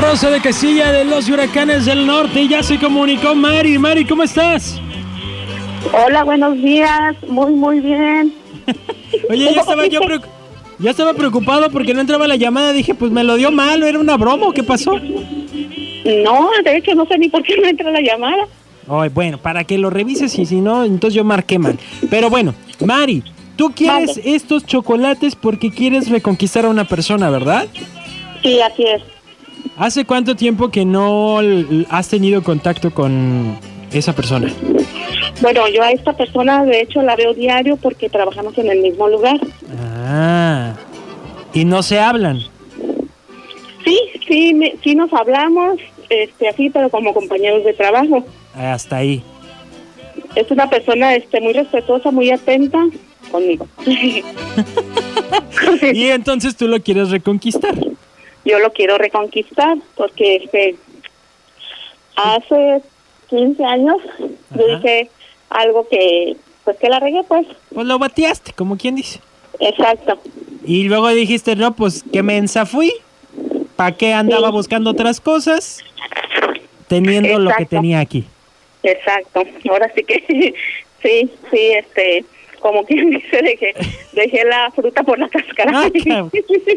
Rosa de Casilla de los Huracanes del Norte. Ya se comunicó Mari. Mari, ¿cómo estás? Hola, buenos días. Muy, muy bien. Oye, ya estaba yo preocup- ya estaba preocupado porque no entraba la llamada. Dije, pues me lo dio mal, ¿era una broma o qué pasó? No, de hecho, no sé ni por qué no entra la llamada. Ay, bueno, para que lo revises y si no, entonces yo marqué mal. Pero bueno, Mari, tú quieres Mande. estos chocolates porque quieres reconquistar a una persona, ¿verdad? Sí, así es. ¿Hace cuánto tiempo que no l- has tenido contacto con esa persona? Bueno, yo a esta persona, de hecho, la veo diario porque trabajamos en el mismo lugar. Ah, y no se hablan. Sí, sí, me- sí nos hablamos, este, así, pero como compañeros de trabajo. Hasta ahí. Es una persona, este, muy respetuosa, muy atenta conmigo. Y entonces tú lo quieres reconquistar. Pues yo lo quiero reconquistar porque este hace 15 años Ajá. yo dije algo que pues que la regué pues Pues lo bateaste, como quien dice. exacto Y luego dijiste, no, pues qué mensa fui. ¿Para qué andaba Sí. buscando otras cosas? Teniendo lo que Exacto. tenía aquí. exacto ahora sí que sí sí este como quien dice dejé dejé la fruta por la cáscara Ah, cabrón.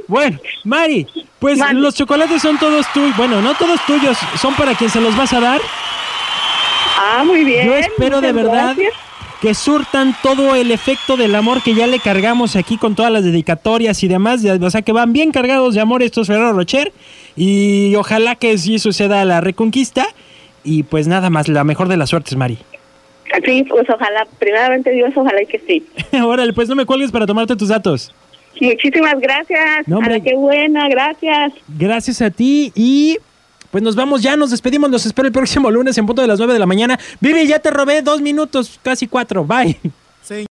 Bueno, Mari, pues Mande. los chocolates son todos tuyos. Bueno, no todos tuyos, son para quien se los vas a dar. ah muy bien Yo espero de muchas verdad gracias. que surtan todo el efecto del amor que ya le cargamos aquí con todas las dedicatorias y demás. Ya- O sea que van bien cargados de amor estos Ferrero Rocher. Y ojalá que sí suceda la reconquista. Y pues nada más, la mejor de las suertes, Mari. sí pues ojalá primeramente Dios ojalá y que sí Órale, pues no me cuelgues para tomarte tus datos. muchísimas gracias No, hombre. Ana, qué buena gracias Gracias a ti y pues nos vamos ya, nos despedimos, los espero el próximo lunes en punto de las 9 de la mañana. Vivi, ya te robé dos minutos, casi cuatro, bye.